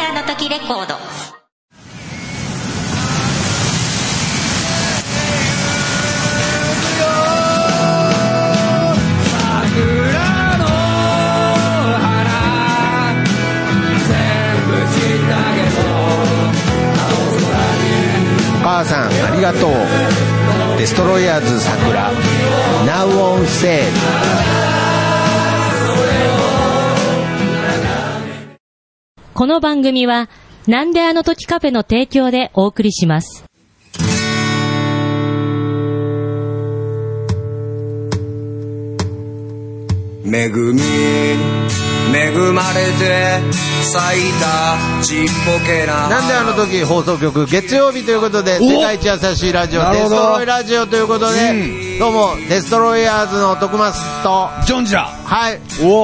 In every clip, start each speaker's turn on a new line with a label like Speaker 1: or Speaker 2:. Speaker 1: コード
Speaker 2: 母さんありがとうデストロイヤーズ桜 Now on sale
Speaker 3: この番組は、なんであの時カフェの提供でお送りします。
Speaker 4: 恵み恵まれて咲いたちっぽけな
Speaker 2: なんであの時放送局月曜日ということで
Speaker 4: お
Speaker 2: 世界一優しいラジオ
Speaker 4: なる
Speaker 2: デ
Speaker 4: ほど
Speaker 2: ストロイラジオということで、
Speaker 4: う
Speaker 2: どうもデストロイヤーズの徳松とは
Speaker 4: ジョンジラ
Speaker 2: いよ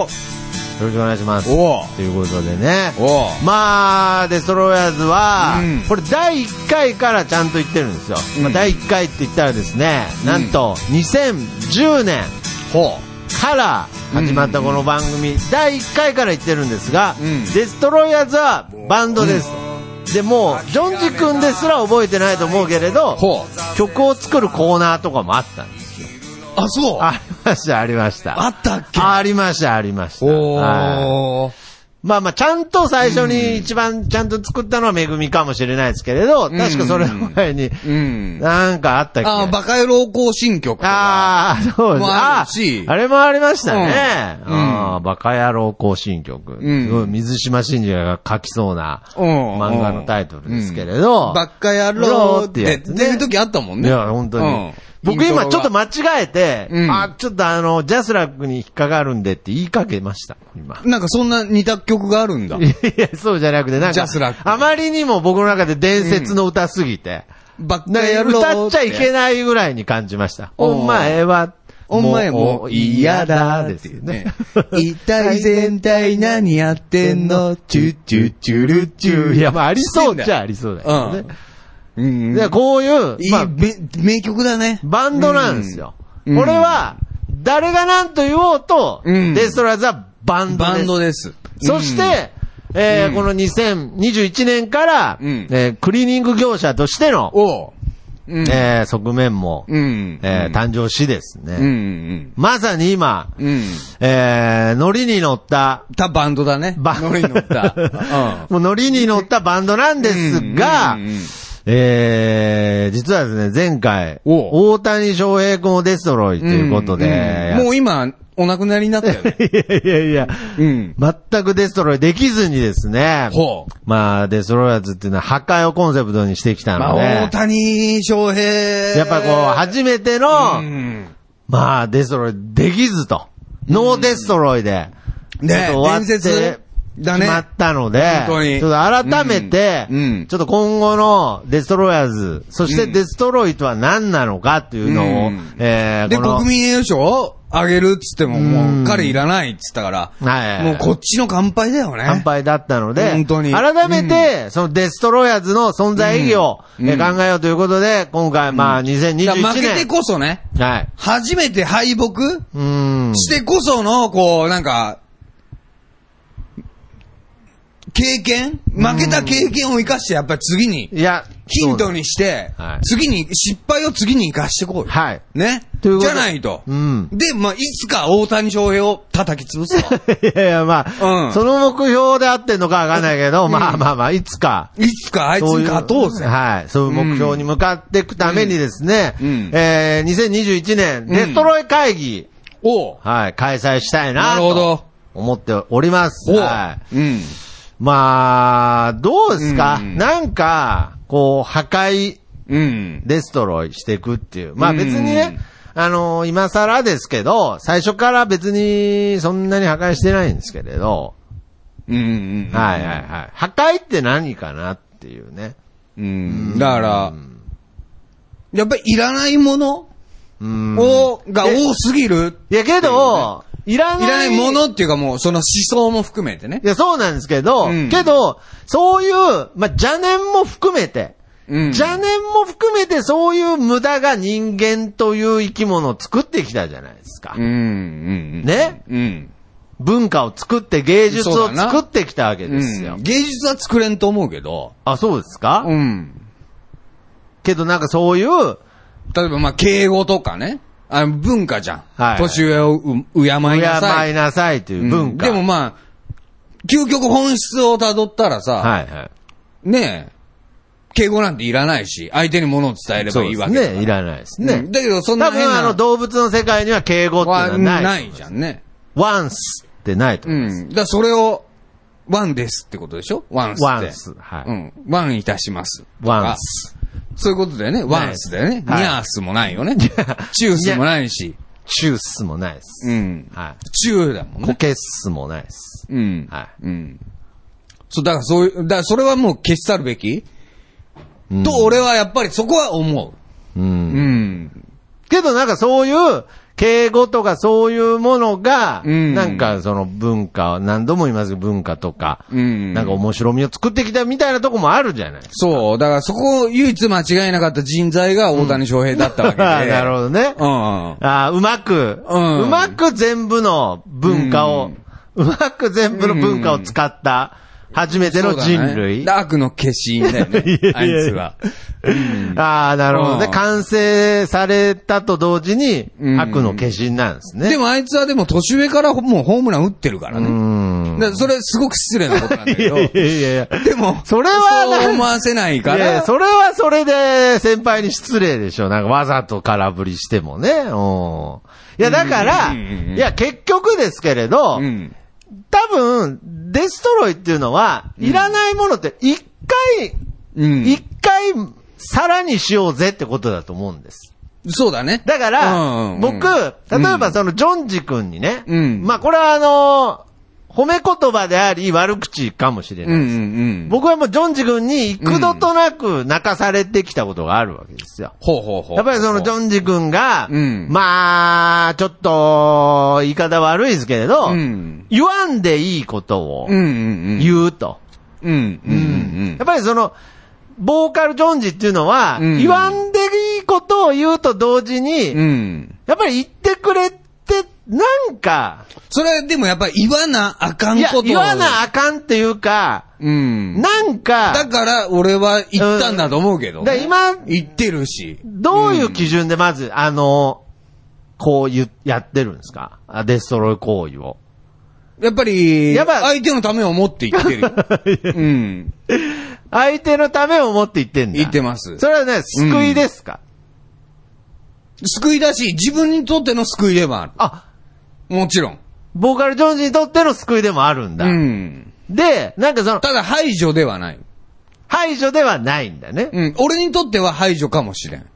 Speaker 4: お
Speaker 2: ろしくお願いします
Speaker 4: お
Speaker 2: ということでね
Speaker 4: お
Speaker 2: まあデストロイヤーズは、
Speaker 4: うん
Speaker 2: これ第1回からちゃんと言ってるんですよ、
Speaker 4: うん
Speaker 2: まあ、第1回って言ったらですね、なんと2010年
Speaker 4: ほ
Speaker 2: から始まったこの番組、第1回から言ってるんですが、
Speaker 4: うん
Speaker 2: デストロイヤーズはバンドです、でもうジョンジ君ですら覚えてないと思うけれど
Speaker 4: ほ
Speaker 2: 曲を作るコーナーとかもあったんです
Speaker 4: あそう
Speaker 2: ありましたありました
Speaker 4: あったっけ
Speaker 2: ありましたありましたはい
Speaker 4: おー
Speaker 2: まあまあ、ちゃんと最初に一番ちゃんと作ったのはめぐみかもしれないですけれど、
Speaker 4: ん
Speaker 2: 確かそれの前に、
Speaker 4: うん
Speaker 2: なんかあったっけ
Speaker 4: あバカ野郎行進曲とか
Speaker 2: ああ、そうです
Speaker 4: もあるし
Speaker 2: ああれもありましたね。
Speaker 4: うん
Speaker 2: ああバカ野郎行進曲。
Speaker 4: うん
Speaker 2: すごい水島新司が書きそうな
Speaker 4: うん
Speaker 2: 漫画のタイトルですけれど。
Speaker 4: バカ野郎って
Speaker 2: や
Speaker 4: や
Speaker 2: つ
Speaker 4: ってる時あったもん
Speaker 2: い
Speaker 4: ね
Speaker 2: や、本当
Speaker 4: う
Speaker 2: に
Speaker 4: ん。
Speaker 2: 僕今ちょ
Speaker 4: イ
Speaker 2: っと
Speaker 4: ントロが
Speaker 2: 間違えて
Speaker 4: う、ん
Speaker 2: あ、ちょっとあの、ジャスラックに引っかかるんでって言いかけました、今。
Speaker 4: なんかそんな似た曲があるんだ
Speaker 2: いや、そうじゃなくて、なん
Speaker 4: ジ
Speaker 2: か
Speaker 4: ャスラッ、ク
Speaker 2: あまりにも僕の中で伝説の歌すぎて、
Speaker 4: バカ
Speaker 2: なん
Speaker 4: 野
Speaker 2: か
Speaker 4: 郎
Speaker 2: 歌っちゃいけ
Speaker 4: い
Speaker 2: ないぐらいに感じました。
Speaker 4: おう
Speaker 2: お前は、
Speaker 4: お前もう嫌だ
Speaker 2: で
Speaker 4: ですす
Speaker 2: よ
Speaker 4: よ
Speaker 2: ね
Speaker 4: ね。。一 体全体何やってんのチュチュチュルチュ。
Speaker 2: いや、まあ、ありそうっちゃありそうだよね。
Speaker 4: うん。
Speaker 2: で、こういう、
Speaker 4: いい、
Speaker 2: まあ、
Speaker 4: め名曲だね。
Speaker 2: バンドなんですよ。
Speaker 4: うん
Speaker 2: これは、誰が何と言おうと、
Speaker 4: うん
Speaker 2: デストラーズはバンドです。
Speaker 4: バンドです。
Speaker 2: そして、えーこの2021年から、
Speaker 4: うん
Speaker 2: えークリーニング業者としての、
Speaker 4: おう。うん。
Speaker 2: えー側面も、
Speaker 4: うん。
Speaker 2: えー誕生しですね。
Speaker 4: うん。うん。
Speaker 2: まさに今、
Speaker 4: うん。
Speaker 2: えー、ノリに乗った、
Speaker 4: たバンドだね。
Speaker 2: バン
Speaker 4: 乗り乗った。 うん。
Speaker 2: もうノリに乗ったバンドなんですが、
Speaker 4: うんうんうん
Speaker 2: えー、実はですね、前回、
Speaker 4: お
Speaker 2: 大谷翔平君をデストロイということで、
Speaker 4: うんもう今、お亡くなりになったよね。
Speaker 2: いやいやいや、
Speaker 4: うん。
Speaker 2: 全くデストロイできずにですね、
Speaker 4: ほう。
Speaker 2: まあ、デストロイヤーズっていうのは破壊をコンセプトにしてきた
Speaker 4: まあ、
Speaker 2: ので、
Speaker 4: 大谷翔平。
Speaker 2: やっぱりこう、初めての、
Speaker 4: うん。
Speaker 2: まあ、デストロイできずと。ノーデストロイで。
Speaker 4: ね
Speaker 2: ちょっと終わっ
Speaker 4: 伝
Speaker 2: て
Speaker 4: 説だね
Speaker 2: 決まったので、
Speaker 4: 本当に
Speaker 2: ちょっと改めて、
Speaker 4: うんうん
Speaker 2: ちょっと今後のデストロイヤーズ、そしてデストロイとは何なのかっていうのを、
Speaker 4: うん
Speaker 2: えー、
Speaker 4: で、
Speaker 2: この
Speaker 4: 国民栄誉賞をあげるっつっても、もう彼いらないっつったか
Speaker 2: は
Speaker 4: ら、
Speaker 2: い
Speaker 4: もうこっちの乾杯だよね。
Speaker 2: 乾杯だったので、
Speaker 4: 本当に
Speaker 2: 改めて、そのデストロイヤーズの存在意義を、
Speaker 4: うん
Speaker 2: えー考えようということで、今回、ま
Speaker 4: だ
Speaker 2: あ、
Speaker 4: から
Speaker 2: 2021
Speaker 4: 負けて
Speaker 2: 年。
Speaker 4: こそね、
Speaker 2: はい。
Speaker 4: 初めて敗北
Speaker 2: うーん。
Speaker 4: してこその、こう、なんか、経験負けた経験を生かして、やっぱり次に、
Speaker 2: いや、
Speaker 4: ヒントにして
Speaker 2: はい、
Speaker 4: 次に、失敗を次に生かしてこうよ。
Speaker 2: はい
Speaker 4: ね。
Speaker 2: ということ
Speaker 4: じ
Speaker 2: で
Speaker 4: ゃないと。
Speaker 2: うん
Speaker 4: で、まあ、いつか大谷翔平を叩き潰 すわ。
Speaker 2: いやいや、まあ、
Speaker 4: うん
Speaker 2: その目標であってんのかわかんないけど、まあまあまあ、いつか。
Speaker 4: いつかあいつ
Speaker 2: そうい
Speaker 4: に勝とうぜ。
Speaker 2: はい。そういう目標に向かっていくためにですね、
Speaker 4: うんうん
Speaker 2: えー、2021年、デストロイ会議、
Speaker 4: おう。
Speaker 2: はい、開催したいな、
Speaker 4: なるほど
Speaker 2: と思っております。
Speaker 4: おう
Speaker 2: はい。
Speaker 4: うん。
Speaker 2: まあ、どうですか、
Speaker 4: うん
Speaker 2: なんか、こう、破壊、
Speaker 4: うん。
Speaker 2: デストロイしていくっていう。まあ別に
Speaker 4: う
Speaker 2: ね
Speaker 4: ん、
Speaker 2: あのー今更ですけど、最初から別にそんなに破壊してないんですけれど、
Speaker 4: うんうん。
Speaker 2: はいはいはい。破壊って何かなっていうね。
Speaker 4: い。うん。だから、やっぱりいらないもの
Speaker 2: うん。
Speaker 4: を、が多すぎる。
Speaker 2: いやけど、いらない。
Speaker 4: いらないものっていうかもう、その思想も含めてね
Speaker 2: い。や、そうなんですけど、
Speaker 4: うん
Speaker 2: けど、そういう、まあ、邪念も含めて、
Speaker 4: うん
Speaker 2: 邪念も含めてそういう無駄が人間という生き物を作ってきたじゃないですか。
Speaker 4: うんうんうん。
Speaker 2: ね
Speaker 4: うん。
Speaker 2: 文化を作って芸術
Speaker 4: そ
Speaker 2: を
Speaker 4: うだな
Speaker 2: 作ってきたわけ
Speaker 4: う
Speaker 2: ですよ。
Speaker 4: ん。芸術は作れんと思うけど、
Speaker 2: あ、そうですか、
Speaker 4: うん。
Speaker 2: けどなんかそういう、
Speaker 4: 例えば、まあ、敬語とかね。あの文化じゃん。
Speaker 2: はい
Speaker 4: 年上をう敬い
Speaker 2: 敬い
Speaker 4: なさい。
Speaker 2: なさいという文化。
Speaker 4: うんでもまあ、究極本質をたどったらさ、
Speaker 2: はいはい。
Speaker 4: ねえ、敬語なんていらないし、相手に物を伝えれば
Speaker 2: そう
Speaker 4: いい
Speaker 2: です
Speaker 4: わけだから
Speaker 2: ね。いらないですね。
Speaker 4: うんだけどそんな
Speaker 2: 多
Speaker 4: 変
Speaker 2: 分
Speaker 4: な
Speaker 2: あの動物の世界には敬語っていうのは
Speaker 4: は
Speaker 2: ない。
Speaker 4: ないじゃんね。
Speaker 2: ワンスってないと
Speaker 4: う
Speaker 2: 思います。
Speaker 4: ん。だからそれを、ワンですってことでしょワンスって。
Speaker 2: ワンスはい
Speaker 4: うん。ワンいたします。
Speaker 2: ワンス。
Speaker 4: そういうことだよね。ワンスだよね。ニ
Speaker 2: はい
Speaker 4: ャースもない よね。チュースもないし。
Speaker 2: チュースもないです。
Speaker 4: うん。
Speaker 2: は
Speaker 4: チューだもん
Speaker 2: い。コ
Speaker 4: ね。
Speaker 2: ケッスもないです。
Speaker 4: うん。
Speaker 2: は
Speaker 4: うん。そう、だからそういう、だからそれはもう消し去るべき、と、俺はやっぱりそこは思
Speaker 2: い。うん
Speaker 4: う。うん。
Speaker 2: けどなんかそういう、敬語とかそういうものが、
Speaker 4: うん
Speaker 2: なんかその文化、何度も言いますけど文化とか、
Speaker 4: うん
Speaker 2: なんか面白みを作ってきたみたいなとこもあるじゃないですか。
Speaker 4: そう。だからそこを唯一間違えなかった人材が大谷翔平だったわけで。
Speaker 2: なるほどね。
Speaker 4: うん。
Speaker 2: あーうまく、う
Speaker 4: うん
Speaker 2: まく全部の文化を、うまく全部の文化を使った、初めての人類。
Speaker 4: ダークの化身だよね
Speaker 2: いやいやい。や
Speaker 4: あいつは。
Speaker 2: ああ、なるほどね。
Speaker 4: うん
Speaker 2: 完成されたと同時に、
Speaker 4: ん
Speaker 2: 悪の化身なんですね。
Speaker 4: でもあいつはでも年上からもうホームラン打ってるから
Speaker 2: う
Speaker 4: ね。
Speaker 2: ん。
Speaker 4: だからそれすごく失礼なことなんだ
Speaker 2: い
Speaker 4: け
Speaker 2: や
Speaker 4: ど。
Speaker 2: いやいやいや。
Speaker 4: でも、
Speaker 2: それはなん
Speaker 4: そう思わせないか
Speaker 2: いやい
Speaker 4: ら
Speaker 2: や。それはそれで先輩に失礼でしょ。なんかわざと空振りしてもね。うん。いや、だから、
Speaker 4: うんうんうんうん
Speaker 2: いや、結局ですけれど、
Speaker 4: うん。
Speaker 2: 多分、デストロイっていうのは、いらないものって、一回、
Speaker 4: うん
Speaker 2: 一回、さらにしようぜってことだと思うんです。
Speaker 4: そうだね。
Speaker 2: だから、
Speaker 4: うんうん
Speaker 2: 僕、例えばその、ジョンジ君にね、
Speaker 4: うん
Speaker 2: まあこれはあの褒め言葉であり、悪口かもしれ
Speaker 4: う
Speaker 2: なんい。
Speaker 4: うんうん。
Speaker 2: 僕はもうジョンジ君に幾度となく泣かされてきたことがあるわけですよ。
Speaker 4: ほうほうほう。
Speaker 2: やっぱりそのジョンジ君が、
Speaker 4: うん
Speaker 2: まあ、ちょっと、言い方悪いですけれど、
Speaker 4: うん
Speaker 2: 言わんでいいことを
Speaker 4: うんうん
Speaker 2: 言うと。
Speaker 4: うん。うんうんうん
Speaker 2: やっぱりその、ボーカルジョンジっていうのは、
Speaker 4: うん
Speaker 2: 言わんでいいことを言うと同時に、
Speaker 4: うん。うん。
Speaker 2: やっぱり言ってくれて、なんか、
Speaker 4: それはでもやっぱり言わなあかん
Speaker 2: いや
Speaker 4: ことを
Speaker 2: 言わなあかんっていうか、
Speaker 4: うん。
Speaker 2: なんか、
Speaker 4: だから俺は言ったんだと思うけど、ね
Speaker 2: うんだから今
Speaker 4: 言ってるし。
Speaker 2: どういう基準でまず、あの、こうゆやってるんですかあデストロイ行為を。
Speaker 4: やっぱり、
Speaker 2: やっぱ
Speaker 4: 相手のためを思って言ってるよ。うん。
Speaker 2: 相手のためを思って言ってんだ。
Speaker 4: 言ってます
Speaker 2: それはね、救いですか、
Speaker 4: 救いだし、自分にとっての救いでもある。
Speaker 2: あ、
Speaker 4: もちろん。
Speaker 2: ボーカルジョンジにとっての救いでもあるんだ。
Speaker 4: うん。
Speaker 2: で、なんかその、
Speaker 4: ただ排除ではない。
Speaker 2: 排除ではないんだね。
Speaker 4: うん。俺にとっては排除かもしれん。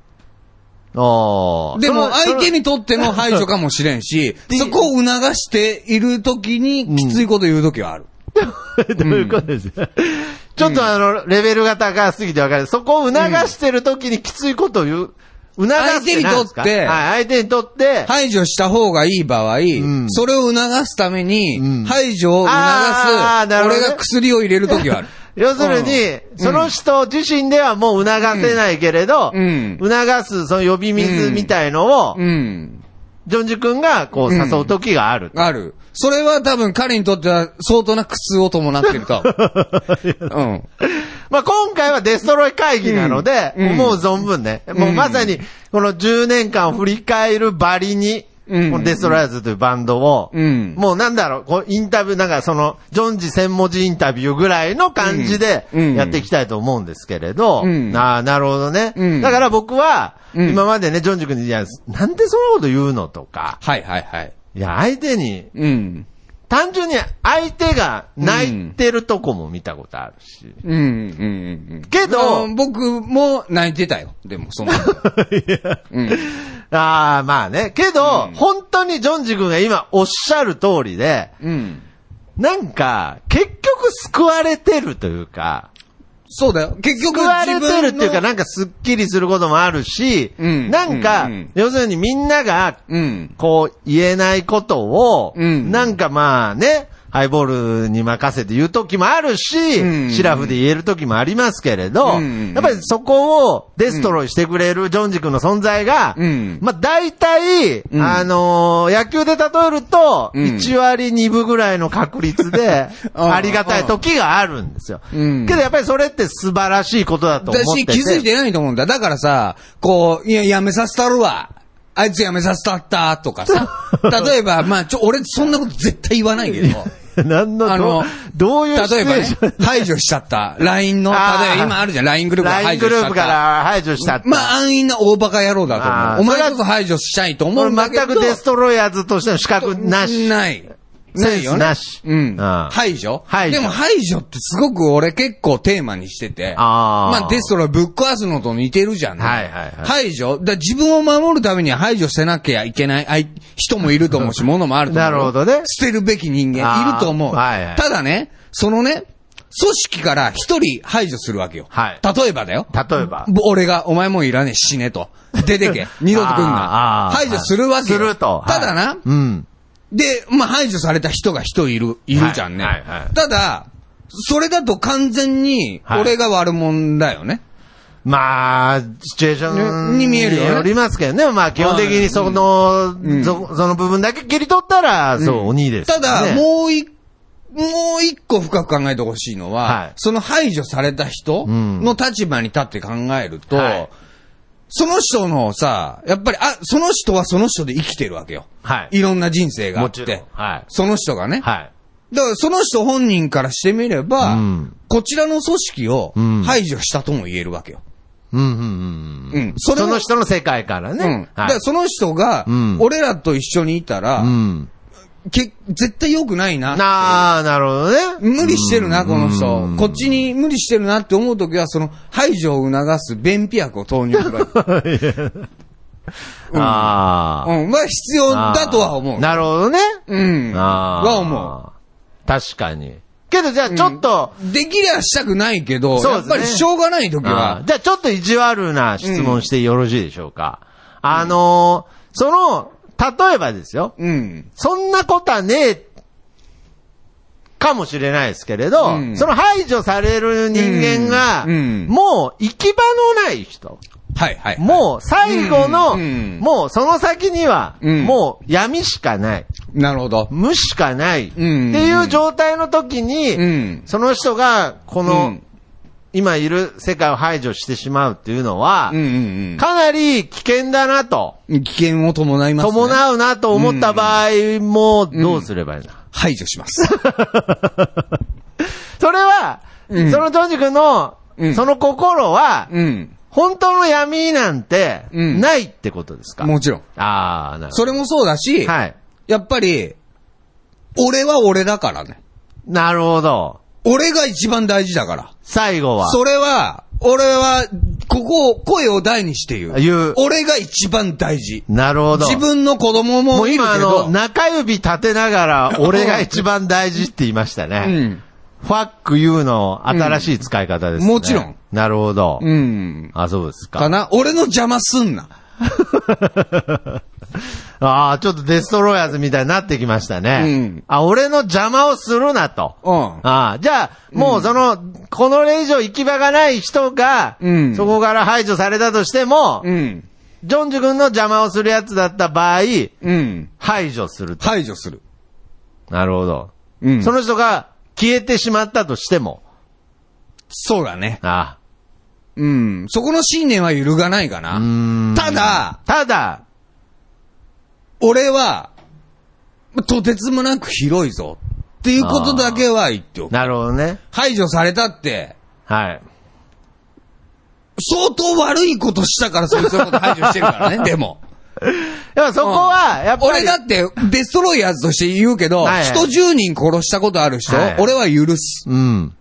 Speaker 2: おー
Speaker 4: でも、
Speaker 2: そのその
Speaker 4: 相手にとって の排除かもしれんし、
Speaker 2: で
Speaker 4: そこを促している時に、きついこと言う時はある。
Speaker 2: どういうことですか、ちょっとあの、レベルが高すぎてわかる。そこを促してるときにきついことを言う。促すってなんです
Speaker 4: 相手にとっ
Speaker 2: か
Speaker 4: て
Speaker 2: はい、相手にとって、
Speaker 4: 排除した方がいい場合、
Speaker 2: ん
Speaker 4: それを促すため
Speaker 2: うん
Speaker 4: に、排除を促す、
Speaker 2: あーなるほど
Speaker 4: 俺
Speaker 2: ね
Speaker 4: が薬を入れる時 はある。
Speaker 2: 要するに、その人自身ではもう促せないけれど、
Speaker 4: うん
Speaker 2: 促すその呼び水みたいのを、
Speaker 4: うん。
Speaker 2: ジョンジ君がこう誘う時があると。
Speaker 4: ある。それは多分彼にとっては相当な苦痛を伴って ると。うん。
Speaker 2: まあ今回はデストロイ会議なので、
Speaker 4: うん
Speaker 2: 思う存分ね、もうまさにこの10年間を振り返るばりに、
Speaker 4: うん
Speaker 2: このデストロイアーズというバンドを、
Speaker 4: うん
Speaker 2: もうなんだろう、こうインタビュー、なんかその、ジョンジ1000文字インタビューぐらいの感じで
Speaker 4: うん
Speaker 2: やっていきたいと思うんですけれど、
Speaker 4: うん
Speaker 2: ああ、なるほどね。
Speaker 4: うん
Speaker 2: だから僕は、
Speaker 4: うん
Speaker 2: 今までね、ジョンジ君に、いや、なんでそんなこと言うのとか、
Speaker 4: はいはいはい。
Speaker 2: いや、相手に、
Speaker 4: うん。
Speaker 2: 単純に相手が泣いてるとこも見たことあるし、
Speaker 4: うん、うん、うんうん。
Speaker 2: けど
Speaker 4: うん僕も泣いてたよ。でも、そ の。うん。
Speaker 2: ああ、まあね。けど、本当にジョンジ君が今おっしゃる通りで、
Speaker 4: うん。
Speaker 2: なんか、結局救われてるというか、
Speaker 4: そうだよ。結局
Speaker 2: 救われてるっていうか、
Speaker 4: な。
Speaker 2: なんかすっきりすることもあるし、
Speaker 4: うん
Speaker 2: なんか、
Speaker 4: うんうん
Speaker 2: 要するにみんなが、
Speaker 4: うん。
Speaker 2: こう、言えないことを、
Speaker 4: うん
Speaker 2: なんかまあね、ハイボールに任せて言う時もあるし、
Speaker 4: うん
Speaker 2: シラフで言える時もありますけれど、
Speaker 4: うん
Speaker 2: やっぱりそこをデストロイしてくれるジョンジ君の存在が、
Speaker 4: うん
Speaker 2: まあ大体、
Speaker 4: ん
Speaker 2: あのー野球で例えると、
Speaker 4: うん、
Speaker 2: 1割2分ぐらいの確率で
Speaker 4: あー
Speaker 2: ありがたい時があるんですよ。
Speaker 4: うん
Speaker 2: けどやっぱりそれって素晴らしいことだと思
Speaker 4: だ
Speaker 2: って
Speaker 4: し、
Speaker 2: て。
Speaker 4: 気づいてないと思うんだ。だからさ、こう、いや、やめさせたるわ。あいつやめさせたった、とか さ。例えば、まあ、ちょ、俺、そんなこと絶対言わないけど。
Speaker 2: 何の、
Speaker 4: あの
Speaker 2: どうどういうシチュ
Speaker 4: 例え
Speaker 2: エ
Speaker 4: ば
Speaker 2: ー
Speaker 4: ね
Speaker 2: ション、
Speaker 4: 排除しちゃった。LINE の、例
Speaker 2: あー
Speaker 4: えば今あるじゃん、LINE グループから
Speaker 2: LINE
Speaker 4: 排
Speaker 2: グ
Speaker 4: 除しち
Speaker 2: ルー
Speaker 4: ゃっ
Speaker 2: プか
Speaker 4: た。
Speaker 2: ら排除したって。
Speaker 4: まあ、安易な大バカ野郎だ
Speaker 2: あ
Speaker 4: と思う。
Speaker 2: ー
Speaker 4: お
Speaker 2: そ
Speaker 4: 前
Speaker 2: れは
Speaker 4: こそ排除したいと思
Speaker 2: これ
Speaker 4: うんだけど。
Speaker 2: 全くデストロイヤーズとしての資格なし。
Speaker 4: ない。
Speaker 2: センスなし
Speaker 4: うん。
Speaker 2: ああ
Speaker 4: 排除
Speaker 2: 排除
Speaker 4: でも排除ってすごく俺結構テーマにしてて。
Speaker 2: ああ
Speaker 4: まあデストロイぶっ壊すのと似てるじゃん、
Speaker 2: はいはいはい
Speaker 4: 排除だ自分を守るためには排除せなきゃいけないあい人もいると思うし、物もあると思う。
Speaker 2: なるほどね
Speaker 4: 捨てるべき人間
Speaker 2: あ
Speaker 4: い
Speaker 2: あ
Speaker 4: ると思う。
Speaker 2: はいはい
Speaker 4: ただね、そのね、組織から一人排除するわけよ。
Speaker 2: はい
Speaker 4: 例えばだよ。
Speaker 2: 例えば。
Speaker 4: ぼ俺が、お前もういらねえ、死ねと。出て け。二度と来ん
Speaker 2: あ
Speaker 4: な。
Speaker 2: ーあー
Speaker 4: 排除するわけよ
Speaker 2: すると。
Speaker 4: ただな、
Speaker 2: はいうん。
Speaker 4: で、まあ、排除された人が人いる、いるじゃんね。
Speaker 2: はいはいはい
Speaker 4: ただ、それだと完全に、
Speaker 2: はい
Speaker 4: 俺が悪者だよね。
Speaker 2: まあ、シチュエーション
Speaker 4: に見えるよね
Speaker 2: よりますけどね。まあ、基本的にその、
Speaker 4: ん
Speaker 2: そその部分だけ切り取ったら、そう、鬼です
Speaker 4: た
Speaker 2: よね。
Speaker 4: だ、もう一、もう一個深く考えてほしいのは、
Speaker 2: はい
Speaker 4: その排除された人
Speaker 2: ん
Speaker 4: の立場に立って考えると、
Speaker 2: はい
Speaker 4: その人のさ、やっぱり、あ、その人はその人で生きてるわけよ。
Speaker 2: はい。
Speaker 4: いろんな人生があっ
Speaker 2: もちろ
Speaker 4: て
Speaker 2: ん。はい
Speaker 4: その人がね。
Speaker 2: はい。
Speaker 4: だから、その人本人からしてみれば、
Speaker 2: うん
Speaker 4: こちらの組織を
Speaker 2: ん
Speaker 4: 排除したとも言えるわけよ。
Speaker 2: うんうんうん
Speaker 4: う
Speaker 2: うんん。
Speaker 4: それも
Speaker 2: の人の世界から
Speaker 4: う
Speaker 2: ね
Speaker 4: ん。。だ
Speaker 2: は
Speaker 4: か
Speaker 2: い
Speaker 4: ら。その人が
Speaker 2: うん、
Speaker 4: 俺らと一緒にいたら、
Speaker 2: うん。
Speaker 4: け絶対良くないな。
Speaker 2: なあ、なるほどね。
Speaker 4: 無理してるな、この人
Speaker 2: う。ん
Speaker 4: こっちに無理してるなって思うときは、その排除を促す便秘薬を投入するわ け。うん
Speaker 2: ああ。
Speaker 4: うん。まあ必要だとは思う。
Speaker 2: なるほどね。
Speaker 4: うん。
Speaker 2: ああ。
Speaker 4: は思
Speaker 2: う。確かに。けどじゃあちょっと、
Speaker 4: う。できりゃしたくないけど、
Speaker 2: そう
Speaker 4: や
Speaker 2: で
Speaker 4: っ
Speaker 2: すね
Speaker 4: ぱりしょうがないとき
Speaker 2: あ
Speaker 4: は
Speaker 2: ー、じゃあちょっと意地悪な質問してよろしいでしょうか。あのーその、例えばですよ。
Speaker 4: うん。
Speaker 2: そんなことはねえ、かもしれないですけれど、
Speaker 4: うん
Speaker 2: その排除される人間が、
Speaker 4: うんうん
Speaker 2: もう行き場のない人。
Speaker 4: はいはい。
Speaker 2: もう最後の、
Speaker 4: うんうん
Speaker 2: もうその先には、
Speaker 4: うん
Speaker 2: もう闇しかない。
Speaker 4: なるほど。
Speaker 2: 無しかない。って
Speaker 4: ん
Speaker 2: いう状態の時に、
Speaker 4: うん
Speaker 2: その人が、この、
Speaker 4: うん
Speaker 2: 今いる世界を排除してしまうっていうのは、
Speaker 4: うんうん
Speaker 2: かなり危険だなと、
Speaker 4: うん。危険を伴いますね。
Speaker 2: 伴うなと思った場合も、どうすればいいの、
Speaker 4: 排除します。
Speaker 2: それは、
Speaker 4: うん
Speaker 2: そのジョージ君の、
Speaker 4: うん
Speaker 2: その心は、
Speaker 4: うん。
Speaker 2: 本当の闇なんて、
Speaker 4: うん
Speaker 2: ないってことですか、
Speaker 4: もちろん。
Speaker 2: ああ、なるほ
Speaker 4: それもそうだし、
Speaker 2: ど。はい。
Speaker 4: やっぱり、俺は俺だからね。
Speaker 2: なるほど。
Speaker 4: 俺が一番大事だから。
Speaker 2: 最後は、
Speaker 4: それは、俺は、ここを、声を大にして言う。
Speaker 2: 言う
Speaker 4: 俺が一番大事。
Speaker 2: なるほど。
Speaker 4: 自分の子供
Speaker 2: も
Speaker 4: も
Speaker 2: う
Speaker 4: いる
Speaker 2: 今あ
Speaker 4: け
Speaker 2: の、
Speaker 4: ど。
Speaker 2: 中指立てながら、俺が一番大事って言いましたね。
Speaker 4: うん。
Speaker 2: ファックユーの新しい使い方ですね。
Speaker 4: もちろん。
Speaker 2: なるほど。
Speaker 4: うん。
Speaker 2: あ、そうですか。
Speaker 4: かな俺の邪魔すんな。
Speaker 2: ああ、ちょっとデストロイヤーズみたいになってきましたね。
Speaker 4: うん
Speaker 2: あ、俺の邪魔をするなと。
Speaker 4: うん。
Speaker 2: ああ、じゃあ、もうその、この例以上行き場がない人が、
Speaker 4: うん
Speaker 2: そこから排除されたとしても、
Speaker 4: うん。
Speaker 2: ジョンジュ君の邪魔をするやつだった場合、
Speaker 4: うん。
Speaker 2: 排除すると。
Speaker 4: 排除する。
Speaker 2: なるほど。
Speaker 4: うん。
Speaker 2: その人が消えてしまったとしても、
Speaker 4: そうだね。
Speaker 2: あ
Speaker 4: うん。そこの信念は揺るがないか
Speaker 2: あ。う
Speaker 4: な。
Speaker 2: ーん
Speaker 4: ただ、
Speaker 2: ただ、
Speaker 4: 俺は、とてつもなく広いぞ。っていうことだけは言っておく。
Speaker 2: なるほどね。
Speaker 4: 排除されたって、
Speaker 2: はい。
Speaker 4: 相当悪いことしたからそいつのこと排除してるから ね、でも。
Speaker 2: やっぱそこは、やっぱ
Speaker 4: 俺
Speaker 2: り、
Speaker 4: だって、デストロイヤーズとして言うけど、
Speaker 2: はい
Speaker 4: 人10人殺したことある人、
Speaker 2: はい
Speaker 4: 俺は許す。
Speaker 2: うん。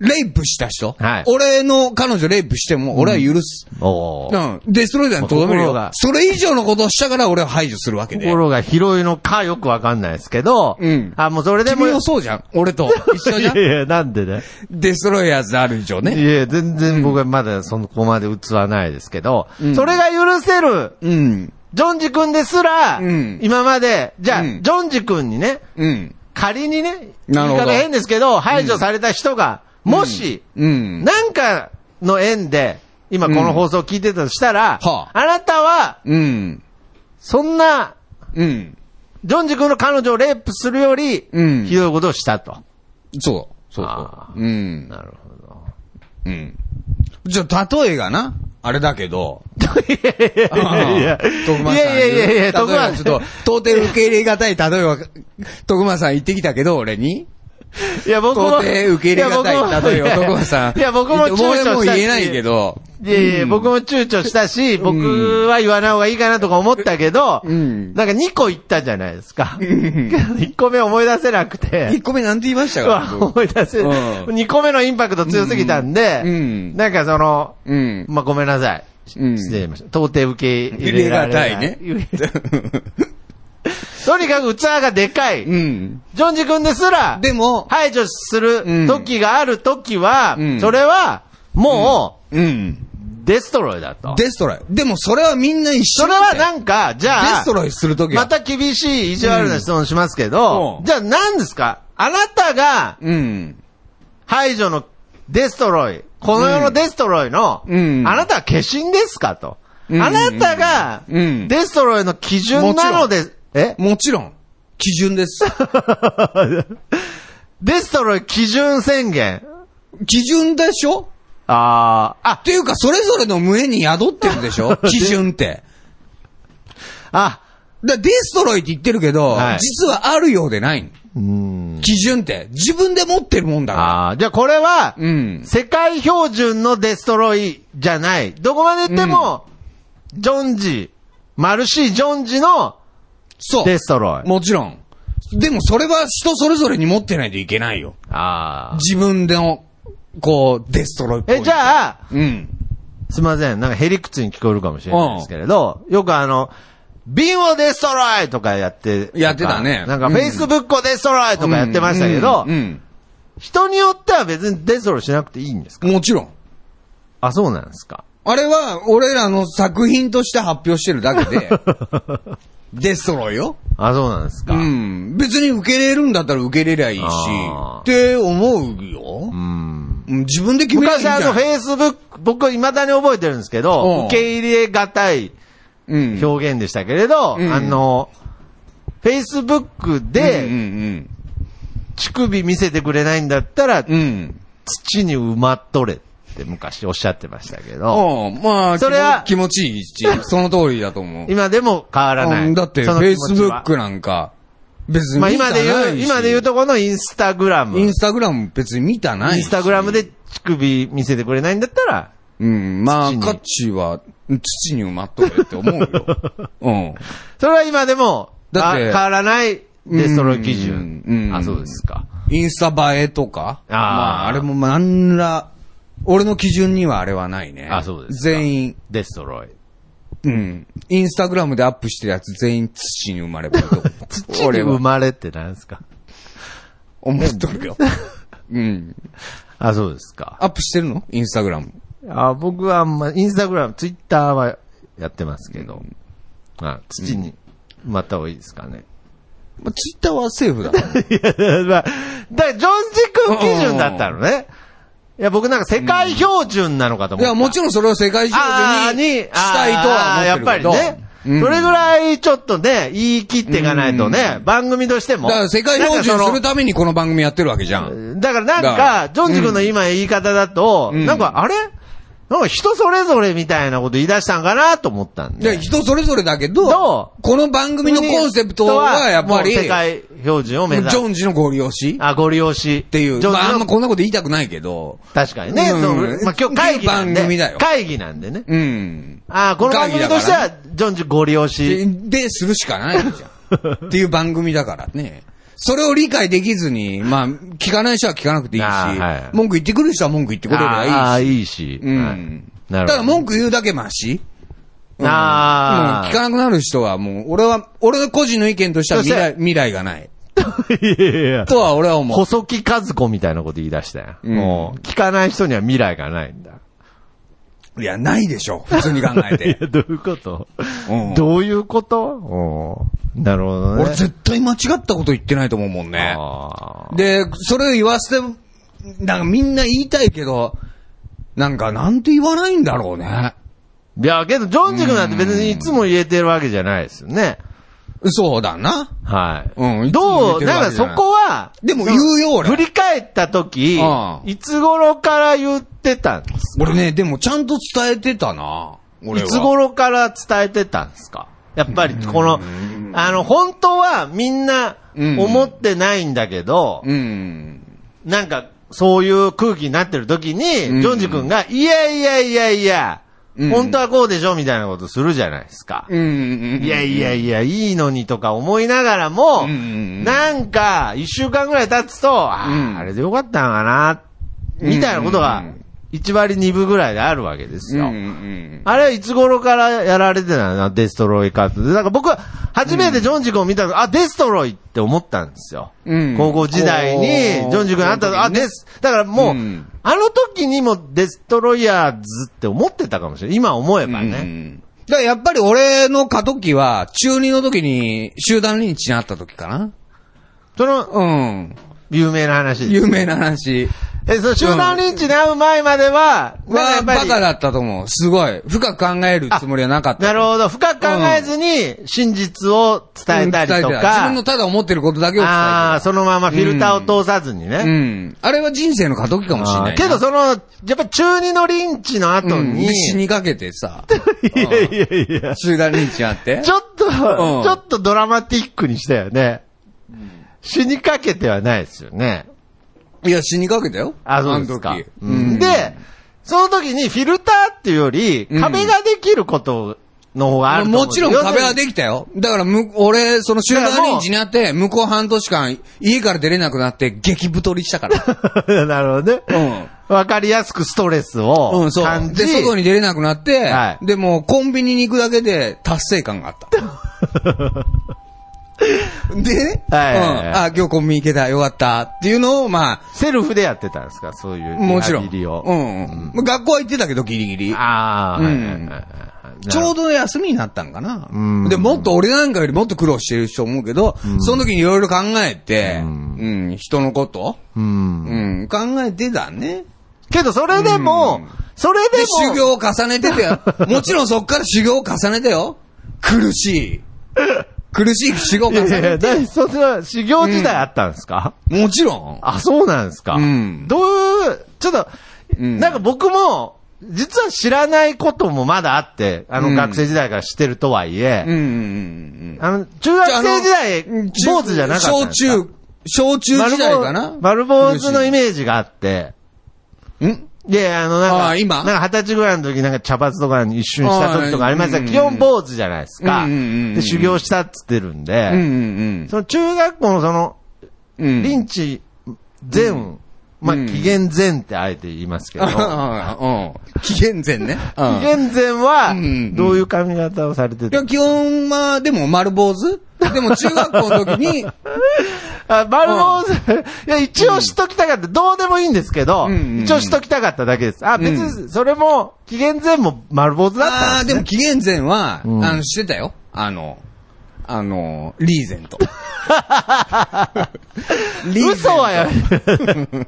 Speaker 4: レイプした人、
Speaker 2: はい
Speaker 4: 俺の彼女レイプしても、俺は許す。
Speaker 2: お
Speaker 4: う
Speaker 2: ー
Speaker 4: ん。デストロイヤーにとどめる
Speaker 2: ところ
Speaker 4: よ
Speaker 2: が。
Speaker 4: それ以上のことをしたから俺は排除するわけで。
Speaker 2: 心が広いのかよくわかんないですけど、
Speaker 4: うん
Speaker 2: あ、もうそれでも、
Speaker 4: 君もそうじゃん。俺と一緒
Speaker 2: い
Speaker 4: じゃん。
Speaker 2: や いや、なん でね。
Speaker 4: デストロイヤーズである以上
Speaker 2: い
Speaker 4: ね。
Speaker 2: や、全然僕はまだそこまで器ないですけど、
Speaker 4: ん
Speaker 2: それが許せる、
Speaker 4: うん。
Speaker 2: ジョンジ君ですら、
Speaker 4: うん
Speaker 2: 今まで、じゃあ、
Speaker 4: うん
Speaker 2: ジョンジ君にね、
Speaker 4: うん。
Speaker 2: 仮にね、
Speaker 4: な
Speaker 2: 言
Speaker 4: る
Speaker 2: い
Speaker 4: ほど
Speaker 2: 方変ですけど、排除された人が、もし、
Speaker 4: うん。
Speaker 2: なんかの縁で、今この放送を聞いてたとしたら、
Speaker 4: うんはあ
Speaker 2: あなたは、
Speaker 4: うん。
Speaker 2: そんな、
Speaker 4: うん。
Speaker 2: ジョンジ君の彼女をレイプするより、
Speaker 4: うん
Speaker 2: ひどいことをしたと。
Speaker 4: そう。そう
Speaker 2: あ
Speaker 4: そう。うん。
Speaker 2: なるほど。
Speaker 4: うん。じゃあ、例えがな、あれだけど。
Speaker 2: いやいやいや
Speaker 4: 徳間さん。
Speaker 2: いやいやいや、徳
Speaker 4: 例えば
Speaker 2: 間
Speaker 4: ちょっと、到底受け入れがたい、例えば、徳間さん言ってきたけど、俺に。
Speaker 2: いや、僕も。
Speaker 4: 到底受け入れが
Speaker 2: いや
Speaker 4: たい、
Speaker 2: 僕も
Speaker 4: 例えば、徳間さん。
Speaker 2: いや、僕も躊躇したし。
Speaker 4: 俺も言えないけ。ど。
Speaker 2: いやいや、僕も躊躇したし、僕は言わない方がいいかなとか思ったけど、
Speaker 4: うん
Speaker 2: なんか2個言ったじゃないですか。1個目思い出せなく
Speaker 4: 1
Speaker 2: て。
Speaker 4: 個目なんて言いましたか僕
Speaker 2: 思い出せ、
Speaker 4: うん
Speaker 2: 2個目のインパクト強すぎたんで、
Speaker 4: うんうん
Speaker 2: なんかその、
Speaker 4: うん。
Speaker 2: まあ、ごめんなさい。
Speaker 4: うん
Speaker 2: 失礼しました。到底受け
Speaker 4: 入
Speaker 2: 入れ
Speaker 4: れ
Speaker 2: ら
Speaker 4: が
Speaker 2: れ
Speaker 4: た
Speaker 2: ない
Speaker 4: いね。
Speaker 2: とにかく器がでかい。
Speaker 4: うん。
Speaker 2: ジョンジ君ですら、
Speaker 4: でも、
Speaker 2: 排除する時がある時は、
Speaker 4: うん
Speaker 2: それは、も
Speaker 4: うん。
Speaker 2: う、デストロイだと。
Speaker 4: デストロイ。でもそれはみんな一緒
Speaker 2: それは
Speaker 4: ん
Speaker 2: なんか、じ
Speaker 4: デ
Speaker 2: ゃあ
Speaker 4: スト、ロイするときは。
Speaker 2: また厳しい意地悪な質問しますけど、
Speaker 4: うん
Speaker 2: じゃあ何ですかあなたが
Speaker 4: うん。
Speaker 2: 排除のデストロイ、この世のデストロイの、
Speaker 4: うん
Speaker 2: あなたは化身ですかと。
Speaker 4: うん
Speaker 2: あなたが
Speaker 4: うん
Speaker 2: デストロイの基準なので、え
Speaker 4: もちろん、基準です。
Speaker 2: デストロイ基準宣言。
Speaker 4: 基準でしょ
Speaker 2: あー、あ
Speaker 4: っ、ていうか、それぞれの胸に宿ってるでし ょ基準って。
Speaker 2: あ、
Speaker 4: だデストロイって言ってるけど、
Speaker 2: はい
Speaker 4: 実はあるようでない。基準って。自分で持ってるもんだか
Speaker 2: ああ、じゃあこれは、
Speaker 4: ら。うん。
Speaker 2: 世界標準のデストロイじゃない。どこまで行っても、ジョンジ、マルシー・ジョンジの
Speaker 4: そう。
Speaker 2: デストロイ。
Speaker 4: もちろん。でもそれは人それぞれに持ってないといけないよ。
Speaker 2: ああ。
Speaker 4: 自分での、こう、デストロイっぽい。
Speaker 2: え、じゃあ、
Speaker 4: うん。
Speaker 2: すいません。なんかヘリクツに聞こえるかもしれないですけれど、よくあの、瓶をデストロイとかやって、
Speaker 4: やってたね
Speaker 2: なんか、
Speaker 4: うん
Speaker 2: フェイスブックをデストロイとかやってましたけど
Speaker 4: うん、うん
Speaker 2: 人によっては別にデストロイしなくていいんですか
Speaker 4: うんもちろん。
Speaker 2: あ、そうなんですか。
Speaker 4: あれは、俺らの作品として発表してるだ けで、デストロイよ。
Speaker 2: あ、そうなんですか。
Speaker 4: う。
Speaker 2: うん
Speaker 4: 別に受け入れるんだったら受け入れりゃいいし
Speaker 2: あー、
Speaker 4: って思うよ。
Speaker 2: ん。
Speaker 4: うん自分で決めりゃいい
Speaker 2: 昔
Speaker 4: じゃ
Speaker 2: あ
Speaker 4: ん
Speaker 2: のフェイスブック、僕未だに覚えてるんですけ
Speaker 4: うん
Speaker 2: ど、受け入れがたい
Speaker 4: うん。
Speaker 2: 表現でしたけれど、
Speaker 4: うん
Speaker 2: あの、フェイスブック
Speaker 4: うん
Speaker 2: で
Speaker 4: うん
Speaker 2: 乳首見せてくれないんだったら、
Speaker 4: うん。うん。
Speaker 2: 土に埋まっとれって昔おっしゃってましたけど、
Speaker 4: うん。まあ、
Speaker 2: それは
Speaker 4: 気持ちいい し、その通りだと思う。
Speaker 2: 今でも変わらな
Speaker 4: う
Speaker 2: い。
Speaker 4: んだって、フ
Speaker 2: その
Speaker 4: ェイ
Speaker 2: 気持
Speaker 4: ス
Speaker 2: ち
Speaker 4: ブ
Speaker 2: は
Speaker 4: ッ。クなんか、別に
Speaker 2: まあ
Speaker 4: 見た
Speaker 2: 今
Speaker 4: ない
Speaker 2: で
Speaker 4: し。
Speaker 2: 言う、今で言うとこのインスタグラム。
Speaker 4: イ
Speaker 2: イ
Speaker 4: ンスタグラム別に見たないし。
Speaker 2: ンスタグラムで乳首見せてくれないんだったら、
Speaker 4: うん。まあ、
Speaker 2: 土に
Speaker 4: カッチーは、土に埋まっとるって思う よ。うん。
Speaker 2: それは今でも、
Speaker 4: だっ
Speaker 2: あ
Speaker 4: て
Speaker 2: 変わらないデストロイ基
Speaker 4: うんう
Speaker 2: 準
Speaker 4: ん。
Speaker 2: あ、そうですか。
Speaker 4: インスタ映えとか。
Speaker 2: あー
Speaker 4: まあ、あれもなんら、俺の基準にはあれはないね。
Speaker 2: あそうですか
Speaker 4: 全員、
Speaker 2: デストロイ。
Speaker 4: うん。インスタグラムでアップしてるやつ全員土に生まればいいと思う
Speaker 2: 土に
Speaker 4: 俺
Speaker 2: 生
Speaker 4: は
Speaker 2: まれってなんですか
Speaker 4: 思っとる よ。うん。
Speaker 2: あ、そうですか。
Speaker 4: アップしてるのインスタグラム。
Speaker 2: あ僕はあんま、インスタグラム、ツイッターはやってますけど、あ土に埋まった方がいいですかね。
Speaker 4: まあ、ツイッターはセーフだと思 う。
Speaker 2: いや、まあ、だから、ジョンジ君基準だったのね。いや、僕なんか世界標準なのかと
Speaker 4: い
Speaker 2: 思った。
Speaker 4: や、もちろんそれを世界中
Speaker 2: あー
Speaker 4: に
Speaker 2: に、
Speaker 4: したいとは思ってるけど。
Speaker 2: あーやっぱりね。
Speaker 4: うん
Speaker 2: それぐらいちょっとね、言い切っていかないとね、番組としても。
Speaker 4: だから世界標準する
Speaker 2: と。
Speaker 4: ためにこの番組やってるわけじゃん。
Speaker 2: だからなん
Speaker 4: だから
Speaker 2: か、ジョンジ君の今言い方だと、
Speaker 4: うん
Speaker 2: なんかあれなんか人それぞれみたいなこと言い出したんかなと思ったん
Speaker 4: で、
Speaker 2: で。
Speaker 4: 人それぞれだけ
Speaker 2: ど
Speaker 4: ど、この番組のコンセプトはやっぱり、
Speaker 2: もう世界標準を目指
Speaker 4: ジ
Speaker 2: す。
Speaker 4: ョンジのご利用しっ
Speaker 2: あ、ご利用し。って
Speaker 4: いう。
Speaker 2: ジョンジ
Speaker 4: まあ、あん
Speaker 2: の、
Speaker 4: まこんなこと言いたくないけど。
Speaker 2: 確かにね。
Speaker 4: うん
Speaker 2: そのまあ、今日会議なん
Speaker 4: っていう番組だ
Speaker 2: で
Speaker 4: よ。
Speaker 2: 会議なんでね。
Speaker 4: うん。
Speaker 2: あこの番組としては、ジョンジご利用し。
Speaker 4: で、でするしかないじゃ ん。っていう番組だからね。それを理解できずに、まあ、聞かない人は聞かなくていいし、
Speaker 2: あーはい
Speaker 4: 文句言ってくる人は文句言ってくれれ
Speaker 2: あ
Speaker 4: ば
Speaker 2: あ、
Speaker 4: いいし。
Speaker 2: いいし。
Speaker 4: う
Speaker 2: はい
Speaker 4: ん。
Speaker 2: な
Speaker 4: だ
Speaker 2: るほど。
Speaker 4: から文句言うだけマシ。うん
Speaker 2: あ
Speaker 4: う
Speaker 2: ー
Speaker 4: ん聞かなくなる人はもう、俺は、俺の個人の意見としては
Speaker 2: そ
Speaker 4: 未
Speaker 2: して
Speaker 4: 来、未来がない。
Speaker 2: いやいやいや。
Speaker 4: とは俺は思う。
Speaker 2: 細木和子みたいなこと言い出したよ。
Speaker 4: うん
Speaker 2: もう、聞かない人には未来がないんだ。
Speaker 4: いや、ないでしょ。普通に考えて。
Speaker 2: ど ういうこと
Speaker 4: うん
Speaker 2: どういうことうんなるほどね。
Speaker 4: 俺絶対間違ったこと言ってないと思うもんね。
Speaker 2: あー
Speaker 4: で、それを言わせて、なんかみんな言いたいけど、なんかなんて言わないんだろうね。
Speaker 2: いや、けど、ジョンジ君なんて別にいつも言えてるわけじゃないですよね。
Speaker 4: そうだな。
Speaker 2: はい。
Speaker 4: うんいつ
Speaker 2: ど
Speaker 4: も言え
Speaker 2: う、
Speaker 4: てるわ
Speaker 2: な
Speaker 4: け
Speaker 2: んか
Speaker 4: じゃ
Speaker 2: そ
Speaker 4: ない
Speaker 2: こは、
Speaker 4: でも言うよ、俺
Speaker 2: 振。り返った時
Speaker 4: うん、
Speaker 2: いつ頃から言ってたんです
Speaker 4: 俺ね、でもちゃんと伝えてたな。
Speaker 2: い
Speaker 4: 俺は。
Speaker 2: つ頃から伝えてたんですかやっぱり、この、あの、本当はみんな
Speaker 4: うん
Speaker 2: 思ってないんだけど、
Speaker 4: うん。
Speaker 2: なんか、そういう空気になってる時に、
Speaker 4: ん
Speaker 2: ジョンジ君が、いやいやいやいや、
Speaker 4: うん
Speaker 2: 本当はこうでしょみたいなことするじゃないですか。
Speaker 4: うんうん。
Speaker 2: いやいやいや、いいのにとか思いながらも、
Speaker 4: うんうんうん
Speaker 2: なんか、一週間ぐらい経つと、あ
Speaker 4: うん
Speaker 2: ーあれでよかったのかな、みたいなこと
Speaker 4: う
Speaker 2: が
Speaker 4: んうんうん、
Speaker 2: 1割2分ぐらいであるわけです
Speaker 4: うんう
Speaker 2: よ。
Speaker 4: ん
Speaker 2: あれはいつ頃からやられてたのな、デストロイカートで。だから僕は、初めてジョンジ君を見たの、あ、デストロイって思ったんですよ。
Speaker 4: うん
Speaker 2: 高校時代
Speaker 4: お
Speaker 2: に、
Speaker 4: ー
Speaker 2: ジョンジ君に会った
Speaker 4: そ
Speaker 2: と、
Speaker 4: の時
Speaker 2: あ、
Speaker 4: にね
Speaker 2: デス、だからもう、
Speaker 4: うん
Speaker 2: あの時にもデストロイヤーズって思ってたかもしれない。今思えば
Speaker 4: うん。
Speaker 2: ね。
Speaker 4: だからやっぱり俺の過渡期は、中二の時に集団リンチにあった時かな。
Speaker 2: その、
Speaker 4: うん。
Speaker 2: 有名な話です
Speaker 4: 有名な話。
Speaker 2: え、その集団リンチに会う前までは、なんかや
Speaker 4: は、
Speaker 2: っぱ
Speaker 4: バ
Speaker 2: り
Speaker 4: カだったと思う。すごい。深く考えるつもりはなかった。
Speaker 2: なるほど。深く考えずに、真実を伝えたりと
Speaker 4: うん伝えて自
Speaker 2: か
Speaker 4: 分、のただ思ってることだけを伝えて
Speaker 2: ああ、
Speaker 4: た
Speaker 2: そのままフィルターを通さずに
Speaker 4: う
Speaker 2: ね。
Speaker 4: ん。あれは人生の過渡期かもしれ
Speaker 2: あ
Speaker 4: な
Speaker 2: ー
Speaker 4: い。
Speaker 2: けど、、その、やっぱり中二のリンチの後
Speaker 4: うん。
Speaker 2: に、
Speaker 4: で死にかけてさ、
Speaker 2: いやいやいや、
Speaker 4: 集団リンチあって。
Speaker 2: ちょっと、
Speaker 4: ん
Speaker 2: ちょっとドラマティックにしたよね。死にかけてはないですよね。
Speaker 4: いや、死にかけたよ。
Speaker 2: あ、そうです
Speaker 4: あ
Speaker 2: か
Speaker 4: の時。
Speaker 2: う
Speaker 4: うん
Speaker 2: んで、その時にフィルターっていうより、
Speaker 4: ん
Speaker 2: 壁ができることの方があると思う
Speaker 4: もちろん壁はできたよ。だから、む、俺、その集団リンチにあって、向こう半年間、家から出れなくなって、激太りしたから。
Speaker 2: なるほど
Speaker 4: うん
Speaker 2: ね。わかりやすくストレスを
Speaker 4: うん、そう
Speaker 2: 感。じ。
Speaker 4: で、外に出れなくなって、
Speaker 2: はい
Speaker 4: で、もうコンビニに行くだけで達成感があった。 でね、
Speaker 2: はいはいはい
Speaker 4: うん、あ、今日コンビニ行けた、よかった、っていうのを、ま
Speaker 2: セルフでやってたんですかそういう。
Speaker 4: あ、もちろん。
Speaker 2: リハビリを。
Speaker 4: うん。学校は行ってたけど、ギリギリ。
Speaker 2: ああ、
Speaker 4: うん
Speaker 2: はいはいはいはい
Speaker 4: ちょうど休みになったんかな。
Speaker 2: うん
Speaker 4: で、もっと俺なんかよりもっと苦労してる人思うけど、その時にいろいろ考えて、うん、人のこと、
Speaker 2: う
Speaker 4: う
Speaker 2: ん。
Speaker 4: ん、考えてたね。
Speaker 2: けど、それで
Speaker 4: う
Speaker 2: も
Speaker 4: ん、
Speaker 2: それで
Speaker 4: で、
Speaker 2: も、
Speaker 4: 修行を重ねててよ。もちろんそっから修行を重ねてよ。苦しい。苦しい修行を
Speaker 2: い
Speaker 4: 重
Speaker 2: やいやい
Speaker 4: ね
Speaker 2: や、
Speaker 4: て。
Speaker 2: だそれは修行時代あったんですか、
Speaker 4: もちろん。
Speaker 2: あ、そうなんですか。
Speaker 4: うん
Speaker 2: どういう、ちょっと、
Speaker 4: うん
Speaker 2: なんか僕も、実は知らないこともまだあって、あ
Speaker 4: う
Speaker 2: の
Speaker 4: ん
Speaker 2: 学生時代から知ってるとはいえ、
Speaker 4: うんうんうん
Speaker 2: あの、中学生時代
Speaker 4: うん。、
Speaker 2: 坊主じゃなかったん
Speaker 4: 小
Speaker 2: ですか
Speaker 4: 中、小中時代かな
Speaker 2: 丸坊丸坊主のイ
Speaker 4: ー
Speaker 2: メージがあって、
Speaker 4: ジ。ん
Speaker 2: で、あの、なんか、
Speaker 4: あー今
Speaker 2: なんか二十歳ぐらいの時、なんか茶髪とかに一瞬した時とかありましたけど、
Speaker 4: あー
Speaker 2: 基本坊主じゃないですか。
Speaker 4: うんうんうんうん
Speaker 2: で、修行したっつってるんで、
Speaker 4: うんうん
Speaker 2: その中学校のその、
Speaker 4: うん。うん
Speaker 2: リンチ前、まあ、
Speaker 4: うん
Speaker 2: 紀元前ってあえて言いますけど、紀
Speaker 4: うん。紀元前ね。うん
Speaker 2: 元前は
Speaker 4: うん、
Speaker 2: どういう髪型をされて
Speaker 4: い
Speaker 2: た
Speaker 4: や、基本は、でも丸坊主でも中学校の時に、
Speaker 2: あ、丸坊主、いや、一応しときたかった。どうでもいいんですけど、
Speaker 4: うんうんうん
Speaker 2: 一応しときたかっただけです。あ、別に、それも、紀元前も丸坊主だった
Speaker 4: あ
Speaker 2: ん
Speaker 4: ー
Speaker 2: で、
Speaker 4: ですも
Speaker 2: ね。
Speaker 4: 紀元前は、
Speaker 2: うん
Speaker 4: あの、してたよ。あの、あの、リーゼン ト。リーゼント
Speaker 2: 嘘は やめて、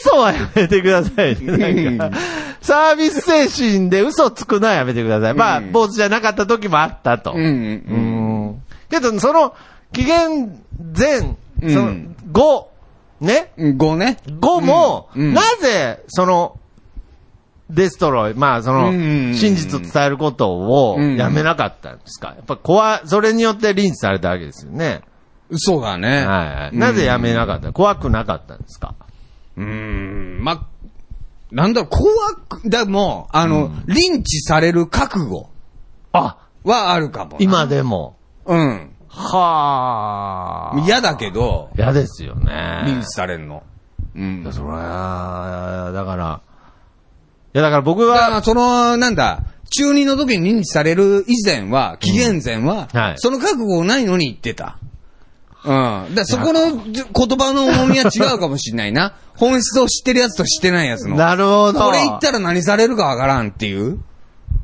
Speaker 2: 嘘はやめてくださいね、なんかサービス精神で嘘つくのはやめてください。まあ、
Speaker 4: うん
Speaker 2: 坊主じゃなかった時もあったと。
Speaker 4: うんうん、
Speaker 2: けど、その、紀元前、
Speaker 4: うん
Speaker 2: その、後、ね、
Speaker 4: うん。5ね。
Speaker 2: 後も、
Speaker 4: うんうん
Speaker 2: なぜ、その、デストロイ、まあ、その、
Speaker 4: うん
Speaker 2: 真実を伝えることを
Speaker 4: うん
Speaker 2: やめなかったんですか、やっぱ怖い、それによってリンチされたわけですよね。
Speaker 4: そうだね。
Speaker 2: はいはい。なぜやめなかった、怖くなかったんですか
Speaker 4: うーん、ま、なんだろう、怖く、でも、あの、リンチされる覚悟
Speaker 2: あ、
Speaker 4: はあるかもな。
Speaker 2: 今でも。
Speaker 4: うん。
Speaker 2: はあ。
Speaker 4: 嫌だけど、
Speaker 2: 嫌ですよ
Speaker 4: リ
Speaker 2: ね
Speaker 4: ンチ。されるの。うん
Speaker 2: いや。そりゃ、だから、いやだから僕
Speaker 4: だか
Speaker 2: は、
Speaker 4: らその、なんだ、中二の時に認知される以前は、紀元前は、
Speaker 2: はい
Speaker 4: その覚悟ないのに言ってた。うん。だからそこのじ言葉の重みは違うかもしんない な。本質を知ってるやつと知ってないやつの。
Speaker 2: なるほど。
Speaker 4: これ言ったら何されるかわからんっていう。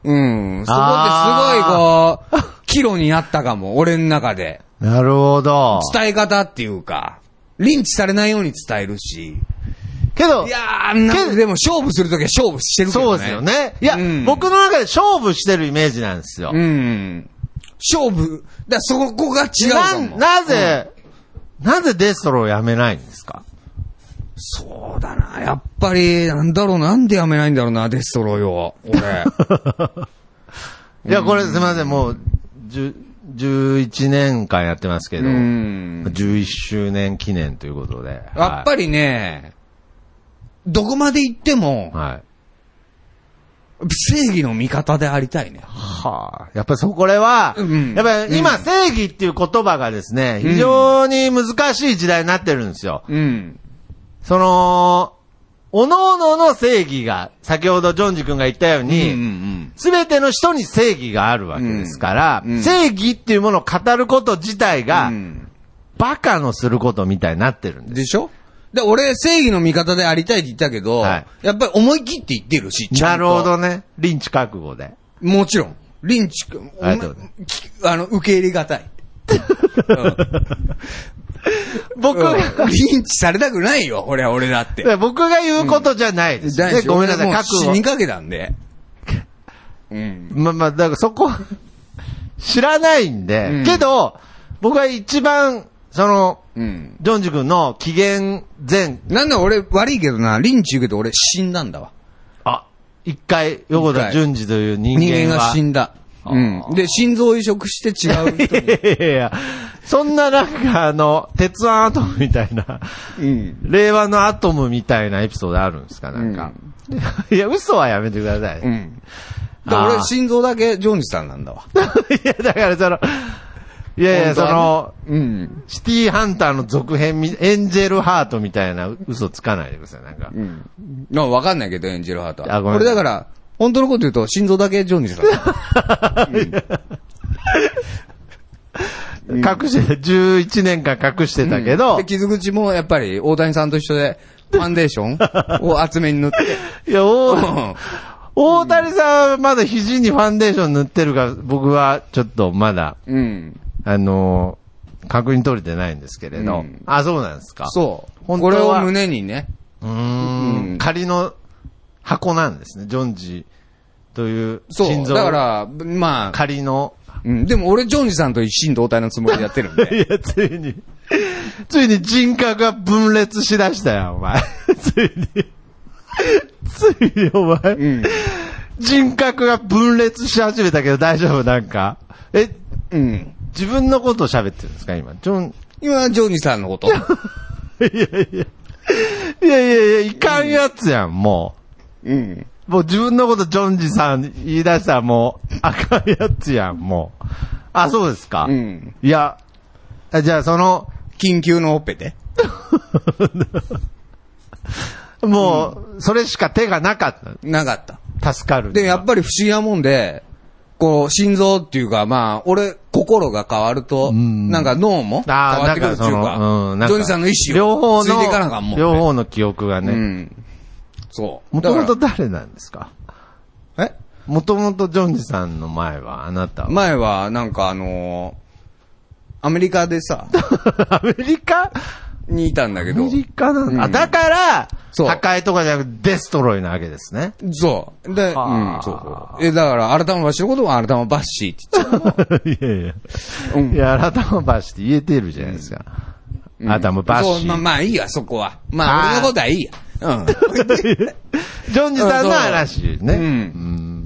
Speaker 4: うん。そこ
Speaker 2: あ
Speaker 4: ってすごいこう、岐路になったかも、俺の中で。
Speaker 2: なるほど。
Speaker 4: 伝え方っていうか、リンチされないように伝えるし。
Speaker 2: けど
Speaker 4: い、やー、な
Speaker 2: け
Speaker 4: でも勝負するときは勝負してるけどね。
Speaker 2: そうですよ。ね。いや、
Speaker 4: うん
Speaker 2: 僕の中で勝負してるイメージなんですよ。
Speaker 4: うん。勝負、だからそこが違うかも。
Speaker 2: な、なぜ、なぜデストロをやめないんで すか
Speaker 4: そうだな。やっぱり、なんだろう、なんでやめないんだろうな、デストロイを。俺。
Speaker 2: いや、これすみません、もう、10 11年間やってますけど、
Speaker 4: うん。
Speaker 2: 11周年記念ということで。
Speaker 4: やっぱりね、どこまで行っても、
Speaker 2: はい。はい。
Speaker 4: 正義の味方でありたいね。
Speaker 2: はあ、やっぱりそこれは、
Speaker 4: うん
Speaker 2: やっぱり今、正義っていう言葉がですね、非常に難しい時代になってるんですよ。
Speaker 4: うん。
Speaker 2: その、各々の正義が、先ほどジョンジ君が言ったよう
Speaker 4: うんう
Speaker 2: に、
Speaker 4: ん
Speaker 2: すべての人に正義があるわけですから、
Speaker 4: うんうん
Speaker 2: 正義っていうものを語ること自体
Speaker 4: う
Speaker 2: が、
Speaker 4: ん。
Speaker 2: バカのすることみたいになってるんです。
Speaker 4: でしょで、俺、正義の味方でありたいって言ったけど、
Speaker 2: はい
Speaker 4: やっぱり思い切って言ってるし、ちゃ
Speaker 2: なんる
Speaker 4: と。
Speaker 2: ほどね。リンチ覚悟で。
Speaker 4: もちろん。リンチ君、お
Speaker 2: あ
Speaker 4: 前
Speaker 2: りがとうござい
Speaker 4: きあの、受け入れがたい。
Speaker 2: 僕が、
Speaker 4: うんリンチされたくないよ、俺は俺だって。
Speaker 2: 僕が言うことじゃないです、ねごめんなさい、
Speaker 4: もう
Speaker 2: 覚
Speaker 4: 死に
Speaker 2: 悟。
Speaker 4: かけたんで。うん。
Speaker 2: まあまあ、だからそこ、知らないんで、
Speaker 4: うん
Speaker 2: けど、僕は一番、その、
Speaker 4: うん。
Speaker 2: ジョンジ君の機嫌前、
Speaker 4: なんだ俺、悪いけどな、リンチ受けて俺死んだんだわ。
Speaker 2: あ、一回、横
Speaker 4: 一
Speaker 2: 田
Speaker 4: 回
Speaker 2: 淳二という人
Speaker 4: 人
Speaker 2: 間
Speaker 4: 間が
Speaker 2: は。
Speaker 4: 死んだ。うん。で、心臓移植して違う 人
Speaker 2: いやいやいや、そんななんかあの、鉄腕アトムみたいな、
Speaker 4: に。うん。
Speaker 2: 令和のアトムみたいなエピソードあるんですかなんか。 いや、嘘はやめてください。
Speaker 4: う
Speaker 2: い
Speaker 4: ん。だから
Speaker 2: あー
Speaker 4: 俺、心臓だけジョンジさんなんだわ。
Speaker 2: や、だからその、いやいや、そ
Speaker 4: 本当は
Speaker 2: の、
Speaker 4: うん。
Speaker 2: シティハンターの続編み、エンジェルハートみたいな嘘つかないでください、なんか。
Speaker 4: うん。まあ、わかんないけど、エンジェルハート
Speaker 2: あ
Speaker 4: は。
Speaker 2: ごめん
Speaker 4: 俺だから、本当のこと言うと、心臓だけジョンジさん。
Speaker 2: 隠して、11年間隠してたけど
Speaker 4: で、、傷口もやっぱり、大谷さんと一緒で、ファンデーションを厚めに 塗って。
Speaker 2: いや、
Speaker 4: う
Speaker 2: 大
Speaker 4: ん
Speaker 2: 大谷さんはまだ肘にファンデーション塗ってるから、僕はちょっとまだ、
Speaker 4: うん。
Speaker 2: あのー確認取れてないんですけれ
Speaker 4: う
Speaker 2: ど。
Speaker 4: ん
Speaker 2: あ、そうなんですか。
Speaker 4: そう。
Speaker 2: 本当
Speaker 4: こ
Speaker 2: は
Speaker 4: れを胸にね。
Speaker 2: う。ー。
Speaker 4: うんん
Speaker 2: 仮の箱なんですね。ジョンジという
Speaker 4: そ
Speaker 2: 心
Speaker 4: う。
Speaker 2: 臓。
Speaker 4: だか、ら、まあ、
Speaker 2: 仮の。
Speaker 4: うん、でも俺、ジョンジさんと一心同体のつもりでやってるん で。
Speaker 2: いや、ついに、ついに人格が分裂しだしたよ、お前。ついに。ついに、お前、
Speaker 4: うん。
Speaker 2: 人格が分裂し始めたけど大丈夫なんか。え、
Speaker 4: うん。
Speaker 2: 自分のことを喋ってるんですか今。ジョン、
Speaker 4: 今、ジョンジさんのこと。
Speaker 2: いやいやいや、いかんやつやん、もう。
Speaker 4: うん。
Speaker 2: もう自分のことジョンジさん言い出したらもう、あかんやつやん、もう。あ、そうですか。
Speaker 4: うん。
Speaker 2: いや、あじゃあその、
Speaker 4: 緊急のオペで。
Speaker 2: もう、それしか手がなかっ
Speaker 4: なかった。
Speaker 2: た。助かる。
Speaker 4: でもやっぱり不思議なもんで、こう、心臓っていうか、まあ、俺、心が変わると、
Speaker 2: ん
Speaker 4: なんか脳も変わ
Speaker 2: あ
Speaker 4: っ
Speaker 2: あ、な
Speaker 4: て
Speaker 2: ん
Speaker 4: くる
Speaker 2: か
Speaker 4: ってい
Speaker 2: そうの、うん、な
Speaker 4: か、
Speaker 2: ん
Speaker 4: ジョ
Speaker 2: か
Speaker 4: ンジさんの意思
Speaker 2: 両
Speaker 4: を
Speaker 2: 方
Speaker 4: つい
Speaker 2: の、
Speaker 4: ていかなあかんもんね。
Speaker 2: 両方の記憶が
Speaker 4: う
Speaker 2: ね。
Speaker 4: ん。そう。
Speaker 2: もとも
Speaker 4: だ
Speaker 2: と
Speaker 4: か
Speaker 2: 誰なんですから
Speaker 4: え
Speaker 2: もともとジョンジさんの前は、あなたは。
Speaker 4: 前は、なんかあのーアメリカでさ、
Speaker 2: アメリカ
Speaker 4: にいたんだけ
Speaker 2: ア
Speaker 4: ど
Speaker 2: メ、リカなんだ。あ
Speaker 4: うん
Speaker 2: だから、
Speaker 4: そう
Speaker 2: 破壊とかじゃなくてデストロイなわけですね。
Speaker 4: そう。で、う
Speaker 2: はあ
Speaker 4: ん、そう。え、だから、改めましのことは改めばっしーって言っ
Speaker 2: いやいや。
Speaker 4: てた。うん
Speaker 2: いや、頭ばしって言えてるじゃないですか。頭ば
Speaker 4: そう
Speaker 2: し。
Speaker 4: まあまあいいや、そこは。まあ、
Speaker 2: あー
Speaker 4: 俺のことはいいや。うん。
Speaker 2: ジョンジさんの話ね。
Speaker 4: うん
Speaker 2: うん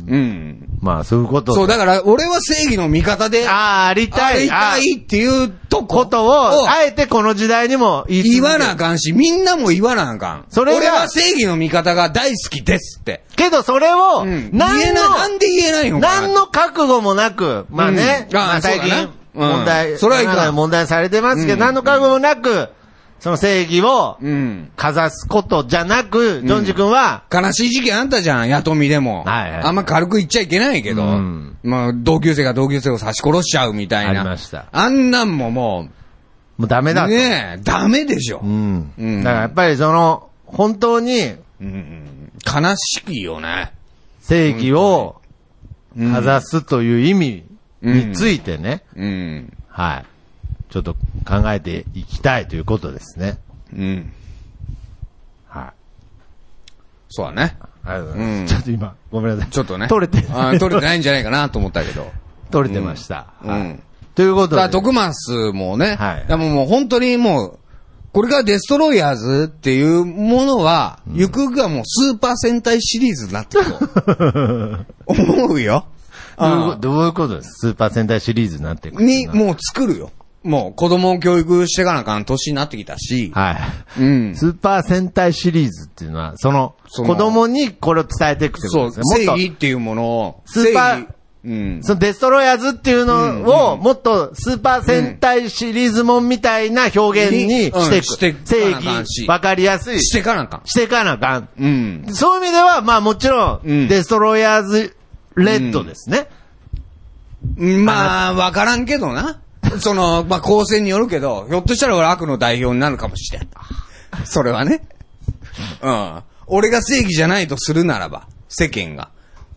Speaker 4: うん。
Speaker 2: まあ、そういうこと。
Speaker 4: そう、だから、俺は正義の味方で、
Speaker 2: ああ、ありた
Speaker 4: あ
Speaker 2: い。
Speaker 4: りた
Speaker 2: あ
Speaker 4: いっていうとこ
Speaker 2: こと
Speaker 4: を
Speaker 2: を、あえてこの時代にも言い続け
Speaker 4: 言わなあかんし、みんなも言わなあかん。
Speaker 2: それが
Speaker 4: 俺は正義の味方が大好きですって。
Speaker 2: けど、それを、
Speaker 4: うん。言え
Speaker 2: 何
Speaker 4: な、なん
Speaker 2: の、
Speaker 4: で言えないのかな。
Speaker 2: 何の覚悟もなく、まあね、
Speaker 4: うんあー
Speaker 2: まあ
Speaker 4: そ
Speaker 2: 最
Speaker 4: うだ
Speaker 2: 近
Speaker 4: な、うん
Speaker 2: 問題、
Speaker 4: それはいかん
Speaker 2: 世の中で問題されてますけど、
Speaker 4: うん
Speaker 2: 何の覚悟もなく、その正義を、
Speaker 4: うん。
Speaker 2: かざすことじゃなく、ジョンジ君は、
Speaker 4: 悲しい事件あったじゃん、雇みでも。
Speaker 2: はいはい
Speaker 4: あんま軽く言っちゃいけないけど。
Speaker 2: うん
Speaker 4: まあ、同級生が同級生を刺し殺しちゃうみたいな。
Speaker 2: ありました
Speaker 4: あんなんももう、
Speaker 2: もうダメだと。
Speaker 4: ねえ、ダメでしょ。う
Speaker 2: うんん。
Speaker 4: うん
Speaker 2: だからやっぱりその、本当に
Speaker 4: うん悲しいよね。
Speaker 2: 正義を
Speaker 4: うん
Speaker 2: かざすという意味についてね、
Speaker 4: うん。
Speaker 2: はい。ちょっと考えていきたいということですね。
Speaker 4: うん。
Speaker 2: はい。
Speaker 4: そうだね。
Speaker 2: ありがとうございます。
Speaker 4: うん
Speaker 2: ちょっと今、ごめんなさい。
Speaker 4: ちょっとね。
Speaker 2: 取れて、
Speaker 4: あ取れてないんじゃないかなと思ったけど。
Speaker 2: 取れてました。
Speaker 4: うん
Speaker 2: はい
Speaker 4: うん
Speaker 2: というこ
Speaker 4: だ
Speaker 2: と
Speaker 4: か
Speaker 2: で
Speaker 4: ら、。徳マスもね、
Speaker 2: はい
Speaker 4: でももう本当にもう、これからデストロイヤーズっていうものは、ゆくゆくはもうスーパー戦隊シリーズになってくと 思うよ。
Speaker 2: どういうこ
Speaker 4: うん
Speaker 2: どういうことですスーパー戦隊シリーズになっていく
Speaker 4: に、もう作るよ。もう子供を教育していかなあかん年になってきたし、
Speaker 2: はい。
Speaker 4: うん。
Speaker 2: スーパー戦隊シリーズっていうのは、その、
Speaker 4: その
Speaker 2: 子供にこれを伝えていくってこ
Speaker 4: そ
Speaker 2: と
Speaker 4: う、
Speaker 2: です
Speaker 4: 正
Speaker 2: ね。もっ
Speaker 4: 義っていうものを、
Speaker 2: スーパー
Speaker 4: 正義うん
Speaker 2: と、。そのデストロイヤーズっていうのを、もっとスーパー戦隊シリーズもんみたいな表現に
Speaker 4: うん
Speaker 2: してい
Speaker 4: してい
Speaker 2: く。
Speaker 4: か
Speaker 2: 正
Speaker 4: なあかんし
Speaker 2: 義、わかりやすい。
Speaker 4: していかなあかん。
Speaker 2: していかなあかん。
Speaker 4: うん。
Speaker 2: そういう意味では、まあもちろん、
Speaker 4: うん
Speaker 2: デストロイヤーズレッドですね。
Speaker 4: まあ、わからんけどな。その、まあ、構成によるけど、ひょっとしたら俺悪の代表になるかもしれん。それはね。うん。俺が正義じゃないとするならば、世間が。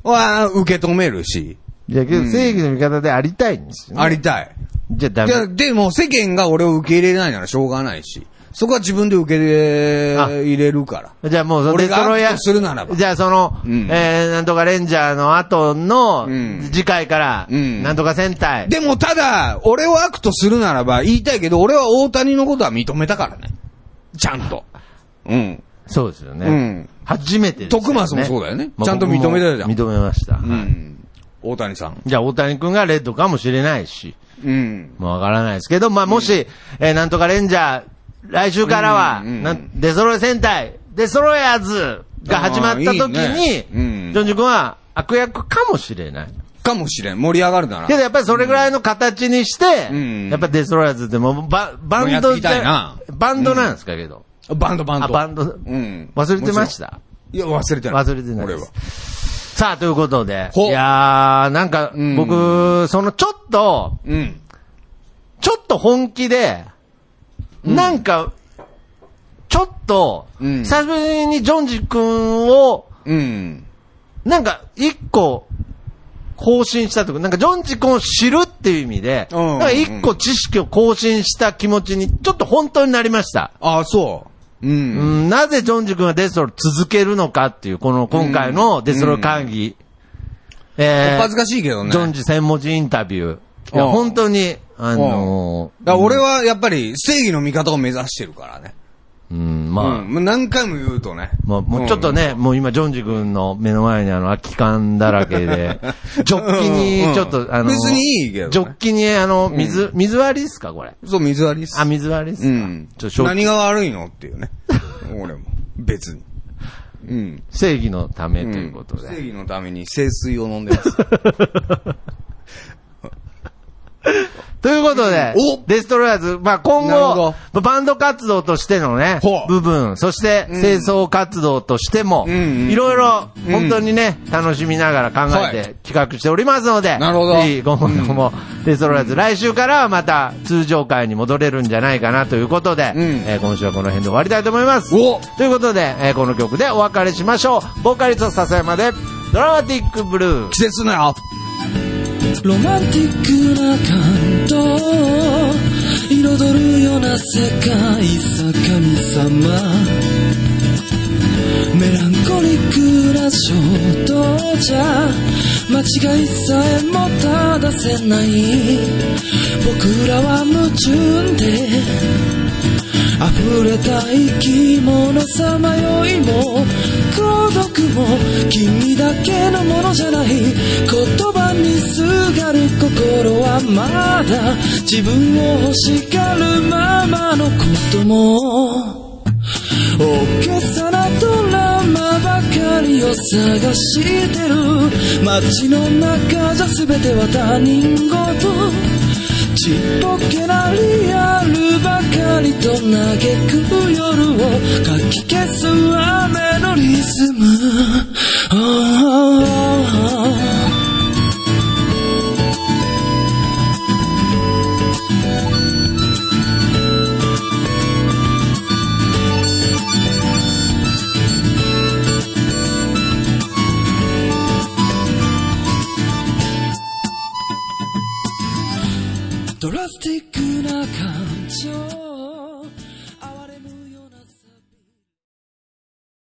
Speaker 4: は、受け止めるし、
Speaker 2: じゃあけど正義の味方でありたいんですよ、ね
Speaker 4: ありたい。
Speaker 2: じゃあダ
Speaker 4: いや、
Speaker 2: メ。
Speaker 4: でも世間が俺を受け入れないならしょうがないし、そこは自分で受け
Speaker 2: あ
Speaker 4: 入れるから。
Speaker 2: じゃあもう、
Speaker 4: 俺
Speaker 2: デス
Speaker 4: が
Speaker 2: トロイヤ
Speaker 4: 悪とするならば
Speaker 2: ー、じゃあその、
Speaker 4: うん
Speaker 2: えー、なんとかレンジャーの後の、
Speaker 4: うん
Speaker 2: 次回から、
Speaker 4: うん
Speaker 2: なんとか戦隊。
Speaker 4: でもただ、俺を悪とするならば言いたいけど、俺は大谷のことは認めたからね。ちゃんと。うん。
Speaker 2: そうですよね。
Speaker 4: うん
Speaker 2: 初めてですよね。
Speaker 4: 徳松もそうだよね
Speaker 2: まあ
Speaker 4: ちゃんと認めたじゃん
Speaker 2: 僕も認めました。
Speaker 4: うん。大谷さん。
Speaker 2: じゃあ大谷くんがレッドかもしれないし、
Speaker 4: うん。
Speaker 2: もうわからないですけど、まあもし、えーなんとかレンジャー、来週からは、
Speaker 4: うんうんうん
Speaker 2: なんデストロイ戦隊、デストロイヤーズが始まった時
Speaker 4: あー
Speaker 2: に、
Speaker 4: いいねうん
Speaker 2: ジョンジュ君は悪役かもしれない。
Speaker 4: かもしれん。盛り上がるなら。
Speaker 2: けどやっぱりそれぐらいの形にして、
Speaker 4: うん
Speaker 2: やっぱデストロイヤーズってもうババン
Speaker 4: もうやって
Speaker 2: ド
Speaker 4: いきたいな
Speaker 2: バンドなんですかけど。
Speaker 4: バンドバンド。
Speaker 2: あ、バンド、
Speaker 4: ん
Speaker 2: 忘れてました。
Speaker 4: いや、忘れてない。
Speaker 2: 忘れてない
Speaker 4: 俺
Speaker 2: で
Speaker 4: は。
Speaker 2: す。さあ、ということで。い
Speaker 4: ほ
Speaker 2: やー、なんか、
Speaker 4: うん
Speaker 2: 僕、その、ちょっと、
Speaker 4: うん。
Speaker 2: ちょっと本気で、なんか、ちょっと、
Speaker 4: うん
Speaker 2: 久しぶりにジョンジ君を、
Speaker 4: うん。
Speaker 2: なんか、一個、更新したとか、なんか、ジョンジ君を知るっていう意味で、
Speaker 4: うん
Speaker 2: なんか一個知識を更新した気持ちに、ちょっと本当になりました。
Speaker 4: ああ、そう。う。
Speaker 2: うんん、なぜジョンジ君はデストロイ続けるのかっていう、この今回のデストロイ会議。え
Speaker 4: 恥ずかしいけどね。
Speaker 2: ジョンジ専門人インタビュー。いや、
Speaker 4: うん
Speaker 2: 本当に、あのー
Speaker 4: だから俺はやっぱり正義の味方を目指してるからね。
Speaker 2: うん、まあ、
Speaker 4: うん。もう何回も言うとね。
Speaker 2: まあ、もうちょっとね、もう今、ジョンジ君の目の前にあの、空き缶だら けで、ジョッキ
Speaker 4: うんう
Speaker 2: に、
Speaker 4: ん
Speaker 2: ちょっと、あの、
Speaker 4: 別にいいけどね
Speaker 2: ジョッキに、あの、水、水割りですか、これ。
Speaker 4: うん。そう、水割りっす。
Speaker 2: あ、水割りです
Speaker 4: う
Speaker 2: か。
Speaker 4: ん
Speaker 2: ちょっと。正
Speaker 4: 何が悪いのっていうね。 俺も。別に。うん。
Speaker 2: 正義のためということ
Speaker 4: 正
Speaker 2: で。
Speaker 4: 義のために清水を飲んで ます。
Speaker 2: ということで
Speaker 4: お、
Speaker 2: デストロイヤーズ、まあ、今
Speaker 4: なるほ
Speaker 2: 後、バンド活動としてのね
Speaker 4: ほ、う
Speaker 2: 部分、そして、
Speaker 4: ん
Speaker 2: 清掃活動としても、
Speaker 4: うんうん
Speaker 2: いろいろ、
Speaker 4: うん
Speaker 2: 本当にね、楽しみながら考え
Speaker 4: は
Speaker 2: て企画しておりますので、
Speaker 4: なるほど
Speaker 2: ぜひ、ご本人も、デストロイヤーズ、来週からはまた、通常回に戻れるんじゃないかなということで、
Speaker 4: うん
Speaker 2: えー今週はこの辺で終わりたいと思います。
Speaker 4: お
Speaker 2: ということで、えーこの曲でお別れしましょう。ボーカリスト笹山で、ドラマティックブルー。
Speaker 4: 季節なよ。
Speaker 1: ロマンティックな感動彩るような世界さ神様メランコリックな衝動じゃ間違いさえも正せない僕らは矛盾で溢れた生き物さまよいも孤独も君だけのものじゃない言葉にすがる心はまだ自分を欲しがるままのことも大げさなドラマばかりを探してる街の中じゃ全ては他人事ちっぽけなリアルばかりと嘆く夜をかき消す雨のリズムああティックな感情